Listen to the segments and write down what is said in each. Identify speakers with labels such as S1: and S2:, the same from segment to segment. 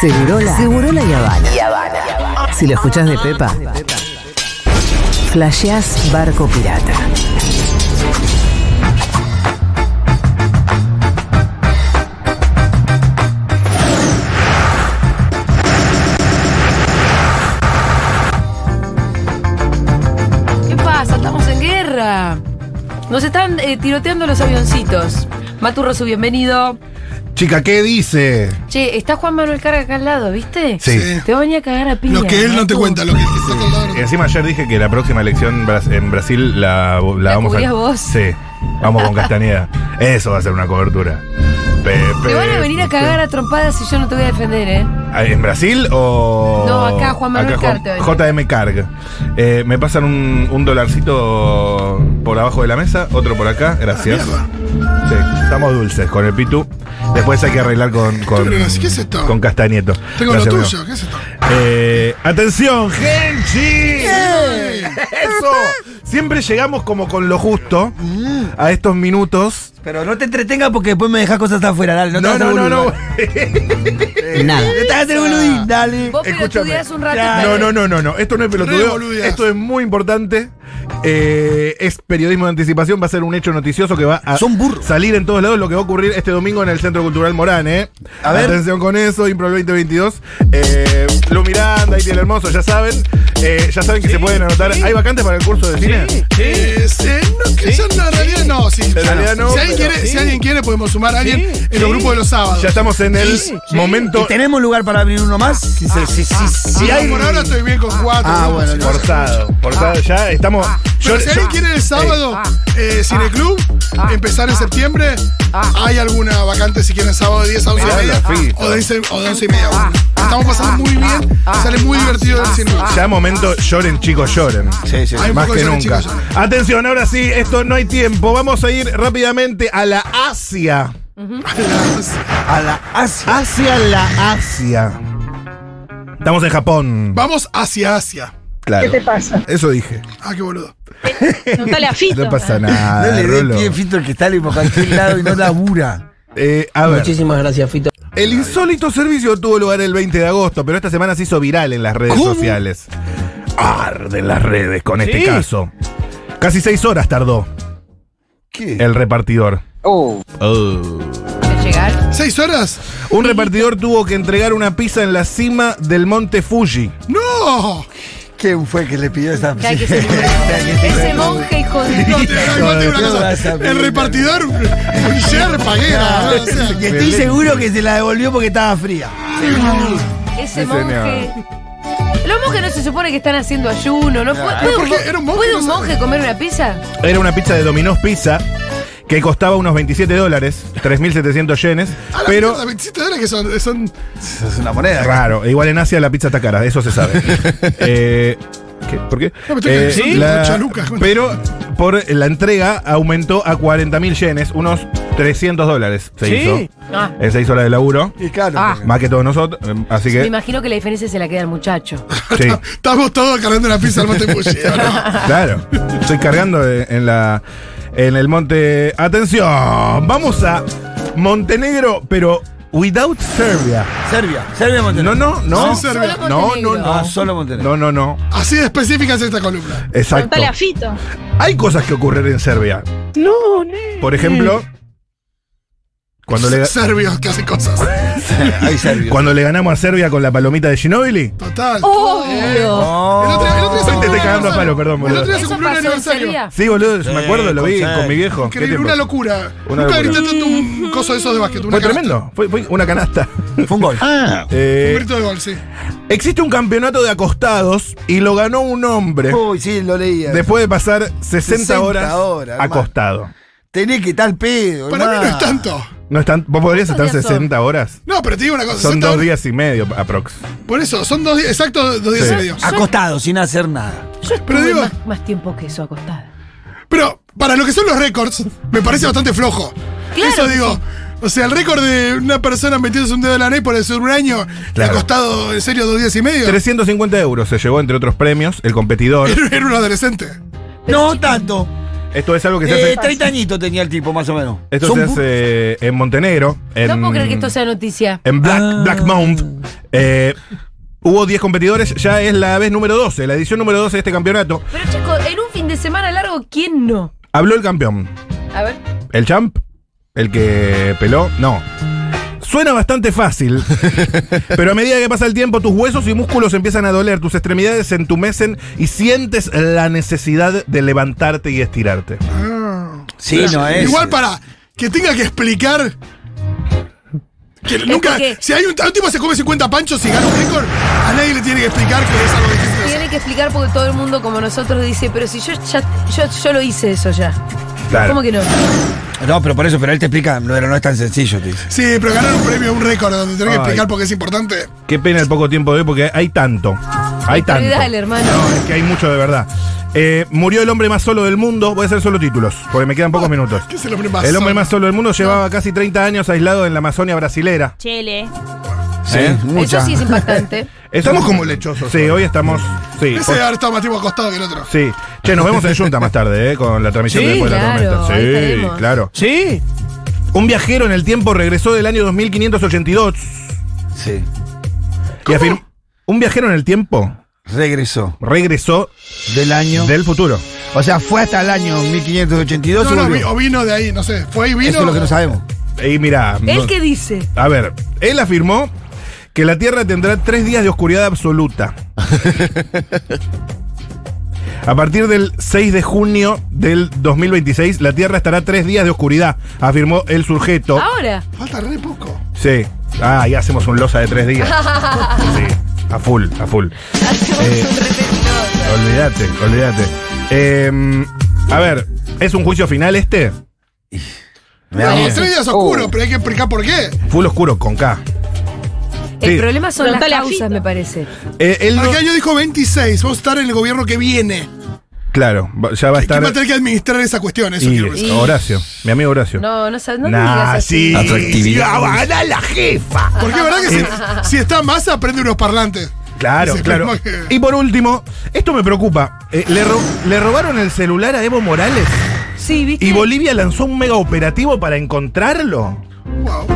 S1: Segurola. Segurola y Habana. Si lo escuchás de Pepa, flasheás barco pirata.
S2: ¿Qué pasa? Estamos en guerra. Nos están eh, tiroteando los avioncitos. Maturro, su bienvenido.
S3: Chica, ¿qué dice?
S2: Che, está Juan Manuel Carga acá al lado, ¿viste?
S3: Sí.
S2: Te voy a venir a cagar a piña.
S4: Lo que él no te
S2: Matu.
S4: cuenta, lo que él te saca al lado.
S3: Y encima ayer dije que la próxima elección bras- en Brasil la,
S2: ¿La
S3: vamos
S2: cubrías
S3: a.
S2: vos?
S3: Sí, vamos con Castañeda. Eso va a ser una cobertura.
S2: Te van a venir a cagar a trompadas si yo no te voy a defender, ¿eh?
S3: Ah, ¿En Brasil o.?
S2: No, acá, Juan Manuel
S3: Juan-
S2: Carta venía.
S3: JM Carg. Eh, me pasan un, un dolarcito por abajo de la mesa, otro por acá, gracias.
S4: Ah,
S3: sí, estamos dulces con el Pitu. Después hay que arreglar con. con
S4: Pero, ¿qué es esto?
S3: Con Castañeto.
S4: Tengo
S3: Gracias,
S4: lo
S3: amigo.
S4: tuyo, ¿qué es esto?
S3: Eh, atención, Genchi. Eso. Siempre llegamos como con lo justo a estos minutos.
S5: Pero no te entretengas porque después me dejas cosas afuera, dale. No, te
S3: No,
S5: hagas
S3: no,
S5: el
S3: no, no.
S5: boludín,
S1: Nada.
S5: dale. No te hagas el boludín, dale.
S2: Vos pero
S3: Escúchame.
S2: estudiás un rato. y
S3: No,
S2: tal.
S3: no, no, no, no. Esto no es
S4: Re
S3: pelotudeo.
S4: boludeas.
S3: Esto es muy importante. Eh, es periodismo de anticipación. Va a ser un hecho noticioso que va a
S5: Son burros.
S3: salir en todos lados. Lo que va a ocurrir este domingo en el Centro Cultural Morán, ¿eh?
S5: A ver.
S3: Atención con eso. Impro 2022. Eh, Lu Miranda, Haití el Hermoso, ya saben. Eh, ya saben que se pueden anotar. ¿Hay vacantes para el curso de cine?
S4: Eh, se- no, que ya no, en realidad no. sí.
S3: En realidad no,
S4: si, alguien
S3: pero-
S4: quiere, si alguien quiere, podemos sumar a alguien en los grupos de los sábados.
S3: Ya estamos en el
S5: ¿Y
S3: momento
S5: tenemos lugar para abrir uno más? Ah, Sí, sí, sí, sí,
S4: Si
S5: sí.
S4: hay- por ahora estoy bien con cuatro.
S5: Ah,
S4: ¿no?
S5: bueno,
S4: Si no,
S3: forzado. Forzado, ya estamos.
S4: Pero si alguien quiere el sábado,
S3: ah.
S4: eh, Cineclub, empezar en septiembre, hay alguna vacante si quieren sábado de 10 a 11 y
S3: Ah. Mirá
S4: media
S3: la Ah. fita.
S4: o de, 11, o de 11 y media. bueno. Estamos pasando muy
S3: Ah.
S4: bien, sale muy divertido el cine.
S3: Ya momento lloren, chicos, lloren.
S5: Sí, sí, sí.
S4: Hay un
S3: Ah. Más
S4: poco
S3: que
S4: de lloren,
S3: nunca.
S4: chicos,
S3: Atención, ahora sí, esto no hay tiempo. Vamos a ir rápidamente a la Asia.
S5: A la Asia.
S3: Hacia la Asia. Estamos en Japón.
S4: Vamos hacia Asia.
S3: Claro. ¿Qué te pasa? Eso dije.
S4: Ah, qué boludo.
S3: No pasa nada.
S5: No le dé
S3: Ah, Rolo.
S5: pie, Fito, que está por cualquier lado y no labura.
S3: Eh, a ver.
S6: Muchísimas gracias, Fito.
S3: El insólito servicio tuvo lugar el 20 de agosto, pero esta semana se hizo viral en las redes sociales. Arden las redes con este caso. Casi seis horas tardó
S5: ¿Qué?
S3: el repartidor. Oh.
S2: ¿Puedes llegar?
S4: ¿Seis horas?
S3: Un repartidor tuvo que entregar una pizza en la cima del monte Fuji.
S4: ¡No!
S5: ¿Quién fue que le pidió esa
S2: Ya hay que ser- Ese monje, hijo de
S4: No, te-
S2: puta.
S4: igual te digo una
S5: ¿Qué
S4: cosa,
S5: vas a pedir?
S4: El repartidor, un sherpa, que era, ¿no? O sea,
S5: Y estoy seguro que se la devolvió porque estaba fría.
S2: Ese
S3: Sí, señor.
S2: monje. Los monjes no se supone que están haciendo ayuno, ¿no? ¿Puede, puede un,
S4: ¿Por qué?
S2: mo-
S4: Era un monje,
S2: ¿puede
S4: no
S2: un
S4: sabe.
S2: monje comer una pizza?
S3: Era una pizza de Domino's Pizza que costaba unos 27 dólares, 3.700 yenes,
S4: a la
S3: pero...
S4: mierda, 27 dólares que son, son-
S5: Es una moneda.
S3: Raro, igual en Asia la pizza está cara, eso se sabe. Eh, ¿qué? ¿Por qué? Eh,
S4: No, me estoy pensando en ocho lucas.
S3: pero por la entrega aumentó a 40.000 yenes, unos 300 dólares se hizo
S2: Ah.
S3: en 6 horas de laburo,
S5: Y claro.
S2: Ah.
S3: más que todos nosotros, eh, así
S2: Me
S3: que
S2: imagino que la diferencia se la queda el muchacho.
S3: sí,
S4: estamos todos cargando una pizza al monte Fuji, ¿o no?
S3: claro, estoy cargando en en la en el monte. Atención, vamos a Montenegro, pero without Serbia.
S5: Serbia. Serbia
S3: No,
S5: Montenegro.
S3: no, no.
S4: Sin Serbia.
S3: No, no,
S5: Ah,
S3: no.
S5: solo Montenegro.
S3: No, no, no.
S4: Así de específica es esta columna.
S3: Exacto.
S7: Preguntale a Fito.
S3: Hay cosas que ocurren en Serbia. No, Por ejemplo, cuando le,
S4: Serbios que hacen cosas.
S5: Hay Serbia.
S3: cuando le ganamos a Serbia con la palomita de Ginobili.
S4: Total.
S2: ¡Oh!
S4: El otro, el otro
S3: Hoy te
S4: día se cumplió
S3: estoy
S4: un
S3: cagando a
S4: aniversario.
S3: palo, perdón,
S4: El otro
S3: boludo.
S4: día se
S2: ¿Eso
S4: cumplió un
S2: pasó en
S4: aniversario.
S2: Serbia?
S3: Sí, boludo, yo
S5: Sí,
S3: me acuerdo, lo vi
S5: con
S3: con mi viejo. ¿Qué
S4: Increíble,
S3: tiempo?
S4: una locura.
S3: Una
S4: Nunca había
S3: locura.
S4: tanto un coso de esos de básquet. una
S3: Fue
S4: canasta.
S3: tremendo, fue, fue una canasta.
S5: Fue un gol.
S3: Eh,
S4: Un grito de gol, sí.
S3: existe un campeonato de acostados y lo ganó un hombre
S5: Uy, sí, lo leía.
S3: después de pasar 60,
S5: 60
S3: horas,
S5: horas, hermano.
S3: acostado.
S5: Tenés que estar pedo.
S4: Para mí no es
S5: hermano.
S4: tanto.
S3: No están, ¿Vos podrías estar
S2: ¿Cuántos días son?
S3: 60 horas?
S4: No, pero te digo una cosa.
S3: Son
S4: 60
S3: dos
S4: horas-
S3: días y medio, aprox.
S4: Por eso, son dos días, exacto dos días
S3: Sí.
S4: y medio.
S5: Acostado, sin hacer nada.
S2: Yo
S4: Pero
S2: estuve
S4: digo-
S2: más, más tiempo que eso acostada.
S4: Pero para lo que son los récords, me parece bastante flojo.
S2: Claro
S4: Eso
S2: que
S4: digo. O sea, el récord de una persona metiéndose un dedo en la nariz por el sur un año le ha
S3: Claro.
S4: costado en serio dos días y medio.
S3: 350 euros se llevó, entre otros premios, el competidor.
S4: Era, era un adolescente.
S5: No tanto.
S3: Esto es algo que se hace.
S5: Eh, 30 añitos tenía el tipo, más o menos.
S3: Esto
S5: Son
S3: se
S5: bu-
S3: hace en Montenegro. En,
S2: No puedo creer que esto sea noticia.
S5: Ah.
S3: En Black, Black Mount. Eh, hubo 10 competidores, ya es la vez número 12, la edición número 12 de este campeonato.
S2: Pero chicos, en un fin de semana largo, ¿quién no?
S3: Habló el campeón.
S2: A ver.
S3: ¿El champ? ¿El que peló? No. Suena bastante fácil, pero a medida que pasa el tiempo tus huesos y músculos empiezan a doler, tus extremidades se entumecen y sientes la necesidad de levantarte y estirarte.
S4: Ah.
S5: Sí, no es.
S4: Igual para que tenga que explicar. Que nunca.
S2: porque-
S4: Si hay un, un tipo se come 50 panchos y gana un récord, a nadie le tiene que explicar que es algo difícil. de hacer.
S2: Tiene que explicar porque todo el mundo, como nosotros, dice, pero si yo ya, yo, yo lo hice eso ya.
S3: Claro.
S2: ¿Cómo que no?
S5: No, pero por eso, pero él te explica, no, pero no es tan sencillo, te dice.
S4: Sí, pero ganar un premio, un récord, donde tenés que
S3: Ay.
S4: explicar por qué es importante.
S3: Qué pena el poco tiempo de hoy porque hay tanto. Hay tanto.
S2: Dale, hermano.
S3: No, es que hay mucho de verdad. Eh, murió el hombre más solo del mundo. Voy a hacer solo títulos, porque me quedan pocos minutos.
S4: ¿Qué es el hombre más
S3: El hombre
S4: solo?
S3: más solo del mundo llevaba casi 30 años aislado en la Amazonia brasilera.
S6: Chele.
S5: Sí, mucha.
S2: Eso sí es impactante.
S4: Estamos como lechosos
S3: Sí, hoy estamos. Sí.
S4: Ese debe haber estado más tiempo acostado que el otro.
S3: Sí. Che, nos vemos en Junta más tarde, ¿eh? Con la transmisión
S2: Sí,
S3: de después de la
S2: claro, ahí
S3: tormenta.
S2: estaremos.
S3: Sí, claro.
S5: ¿Sí?
S3: Un viajero en el tiempo regresó del año 2582
S5: Sí.
S3: y afirmó. Un viajero en el tiempo
S5: Regresó
S3: regresó
S5: del año.
S3: del futuro.
S5: O sea, fue hasta el año 1582
S4: No,
S5: y
S4: no,
S5: volvió.
S4: vi- o vino de ahí, no sé. Fue y vino.
S5: Eso es lo que no sabemos.
S3: Y mira.
S2: ¿El que dice?
S3: A ver, él afirmó que la Tierra tendrá tres días de oscuridad absoluta. A partir del 6 de junio del 2026, la Tierra estará tres días de oscuridad, afirmó el sujeto.
S2: Ahora.
S4: Falta re poco.
S3: Sí. Ah, ya hacemos un losa de tres días. Sí. A full, a full.
S2: Hacemos
S3: Eh.
S2: un repetido.
S3: Olvídate, olvídate. Eh, a ver, ¿es un juicio final este?
S5: Me Oh. da
S4: Pero
S5: miedo.
S4: tres días oscuros, pero hay que explicar por qué.
S3: Full oscuro con K.
S2: El
S3: Sí.
S2: problema son las
S6: Preguntale a
S2: causas,
S6: Fito.
S2: me parece.
S3: Eh, él no-
S4: Porque año dijo 26, vamos a estar en el gobierno que viene.
S3: Claro, va- ya va a
S4: ¿Quién va a
S3: estar.
S4: tener que administrar esa cuestión? Eso quiero
S3: Y
S4: decir.
S3: Horacio, mi amigo Horacio.
S2: No, no sabes, no te digas
S3: Nah,
S2: así.
S3: sí.
S7: Atractividad.
S3: Ya va a ganar la jefa.
S4: Porque es verdad que si, si está masa, prende unos parlantes.
S3: Claro,
S4: Ese
S3: claro.
S4: mismo que-
S3: Y por último, esto me preocupa. Eh, le, ro- le robaron el celular a Evo Morales
S2: Sí, ¿viste?
S3: y Bolivia lanzó un mega operativo para encontrarlo.
S4: Wow.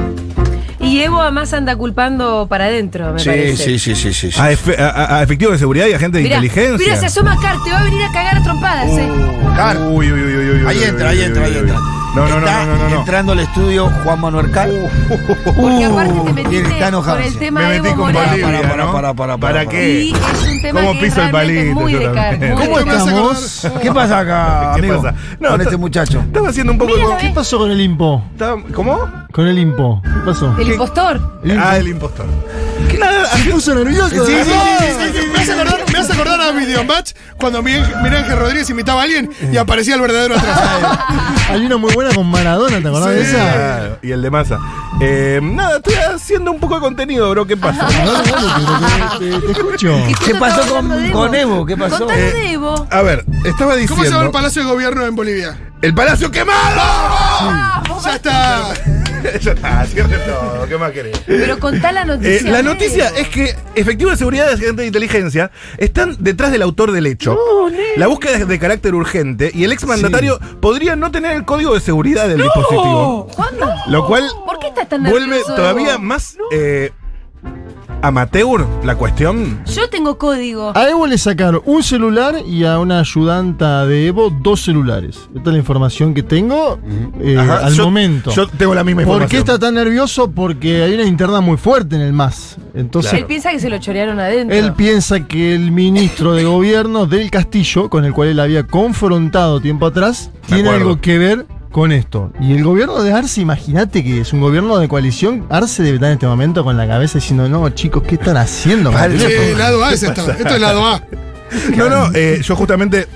S2: Y Evo además anda culpando para adentro, me
S5: Sí,
S2: parece.
S5: sí, sí, sí, sí. sí.
S3: A, efe- a- a- a efectivos de seguridad y a gente de
S2: Mirá,
S3: inteligencia.
S2: mirá, se asoma Car, te va a venir a cagar a trompadas, ¿eh?
S3: Uh,
S5: Car.
S3: Uy, uy, uy, uy, uy,
S5: Ahí
S3: uy,
S5: entra,
S3: uy,
S5: ahí
S3: uy,
S5: entra,
S3: uy,
S5: ahí
S3: uy.
S5: entra.
S3: No, no, no,
S5: Está
S3: no, no, no.
S5: Entrando al estudio Juan Manuel Car.
S2: Porque aparte te
S5: bien,
S2: metiste
S5: está enojado,
S2: con el
S5: sí.
S2: tema
S3: Me metí
S2: Evo
S3: con
S2: Morales.
S3: Bolivia,
S5: Para, para,
S3: ¿no?
S5: para, para,
S3: ¿Para
S5: para.
S2: Y
S3: qué?
S2: es un tema
S3: ¿Cómo
S2: que
S3: piso el
S2: realmente es
S3: palito?
S2: muy
S3: yo
S2: de Car.
S3: también?
S2: muy
S4: ¿Cómo
S2: de Car.
S4: estamos?
S5: ¿Qué pasa acá,
S3: ¿Qué
S5: amigo?
S3: pasa?
S5: con este
S3: ta-
S5: muchacho.
S3: Estaba haciendo un poco
S2: Míralo,
S3: como-
S2: eh.
S8: ¿Qué pasó con el impo?
S3: estaba- ¿Cómo?
S8: Con el impo. ¿Qué pasó?
S2: El impostor.
S3: Ah, el impostor.
S8: Se puso nervioso.
S5: Sí, sí, sí.
S4: Me hace acordar, me hace acordar a Videomatch cuando Miguel Miguel Ángel Rodríguez imitaba a alguien y aparecía el verdadero atrasado.
S8: Hay una muy buena con Maradona, ¿te acordás de esa?
S3: Claro, y el de masa. Eh, nada, estoy haciendo un poco de contenido, bro. ¿Qué pasa?
S8: No, bueno, pero te, te- te escucho.
S2: Y tú
S5: ¿Qué
S2: no
S5: pasó
S2: estabas hablando
S5: con-
S2: de
S5: con Evo? ¿Qué pasó?
S2: Contalo
S5: Eh,
S2: de Evo.
S3: A ver, estaba
S4: ¿Cómo
S3: diciendo.
S4: se llama el Palacio de Gobierno en Bolivia?
S3: ¡El palacio quemado!
S4: Ya está.
S3: Ya está, cierre todo. ¿Qué más querés?
S2: Pero contá la noticia.
S3: Eh, la
S2: de
S3: noticia
S2: Evo.
S3: es que efectivos de seguridad de gente de inteligencia están detrás del autor del hecho. La búsqueda es de carácter urgente y el exmandatario podría no tener el código de seguridad del dispositivo.
S2: ¿Cuándo?
S3: Lo cual
S2: ¿Por qué estás tan
S3: vuelve
S2: nervioso,
S3: todavía
S2: Evo?
S3: más eh, amateur la cuestión.
S2: Yo tengo código.
S3: Ah.
S8: A Evo le sacaron un celular y a una ayudanta de Evo dos celulares. Esta es la información que tengo eh,
S3: Ajá,
S8: al
S3: yo-
S8: momento.
S3: Yo tengo la misma
S8: ¿Por qué
S3: información.
S8: está tan nervioso? Porque hay una interna muy fuerte en el MAS. Entonces,
S2: Él piensa que se lo chorearon adentro.
S8: Él piensa que el ministro de gobierno del Castillo, con el cual él había confrontado tiempo atrás,
S3: De
S8: tiene
S3: acuerdo.
S8: algo que ver con esto. Y el gobierno de Arce, imagínate que es un gobierno de coalición. Arce debe estar en este momento con la cabeza diciendo, no, chicos, ¿qué están haciendo? con el
S4: Sí,
S8: teléfono?".
S4: Eh, lado A es esto. Esto es lado A.
S3: No, no, eh, yo justamente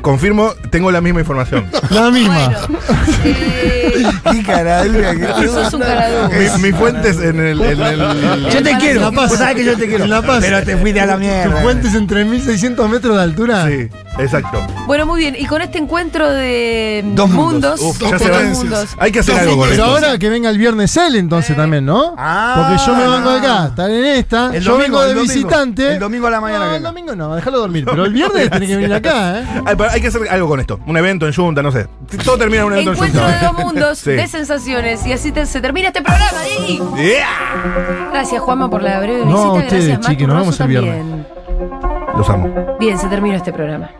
S3: confirmo, tengo la misma información.
S8: La misma.
S2: Bueno. eh,
S5: Qué caradura que
S2: vos sos un caradura.
S3: Mi, mi fuente es en el. en el-
S5: Yo te quiero.
S8: La Paz.
S5: Vos sabés que yo te quiero.
S8: En La Paz.
S5: Pero te fuiste a la
S8: Tu
S5: mierda.
S8: puente es en 3.600 metros de altura.
S3: Sí. Exacto.
S2: Bueno, muy bien. Y con este encuentro de
S5: Dos
S2: mundos,
S5: mundos.
S3: Uf,
S4: Dos
S3: ya se va.
S4: potencias.
S3: Hay que hacer
S4: Dos
S3: algo con
S8: Pero
S3: esto.
S8: ahora que venga el viernes él, entonces también, ¿no?
S5: Ah,
S8: Porque yo me vengo de acá,
S5: no.
S8: estar en esta.
S5: El
S8: yo
S5: domingo,
S8: vengo de
S5: el domingo.
S8: visitante.
S5: El domingo a la mañana
S8: No,
S5: que
S8: el
S5: venga.
S8: domingo no, déjalo dormir. Pero el viernes tiene que venir acá, ¿eh?
S3: Ay, pero Hay que hacer algo con esto. Un evento en Junta, no sé. Todo termina en un evento
S2: encuentro
S3: en
S2: de
S3: Junta.
S2: dos mundos,
S3: Sí.
S2: de sensaciones. Y así te- se termina este programa, Didi.
S3: Yeah.
S2: Gracias, Juanma, por la breve
S8: No,
S2: visita.
S8: a ustedes,
S2: Gracias, Matu
S8: chiqui, nos
S2: Rosso
S8: vemos el viernes.
S2: también.
S3: Los amo.
S2: Bien, se terminó este programa.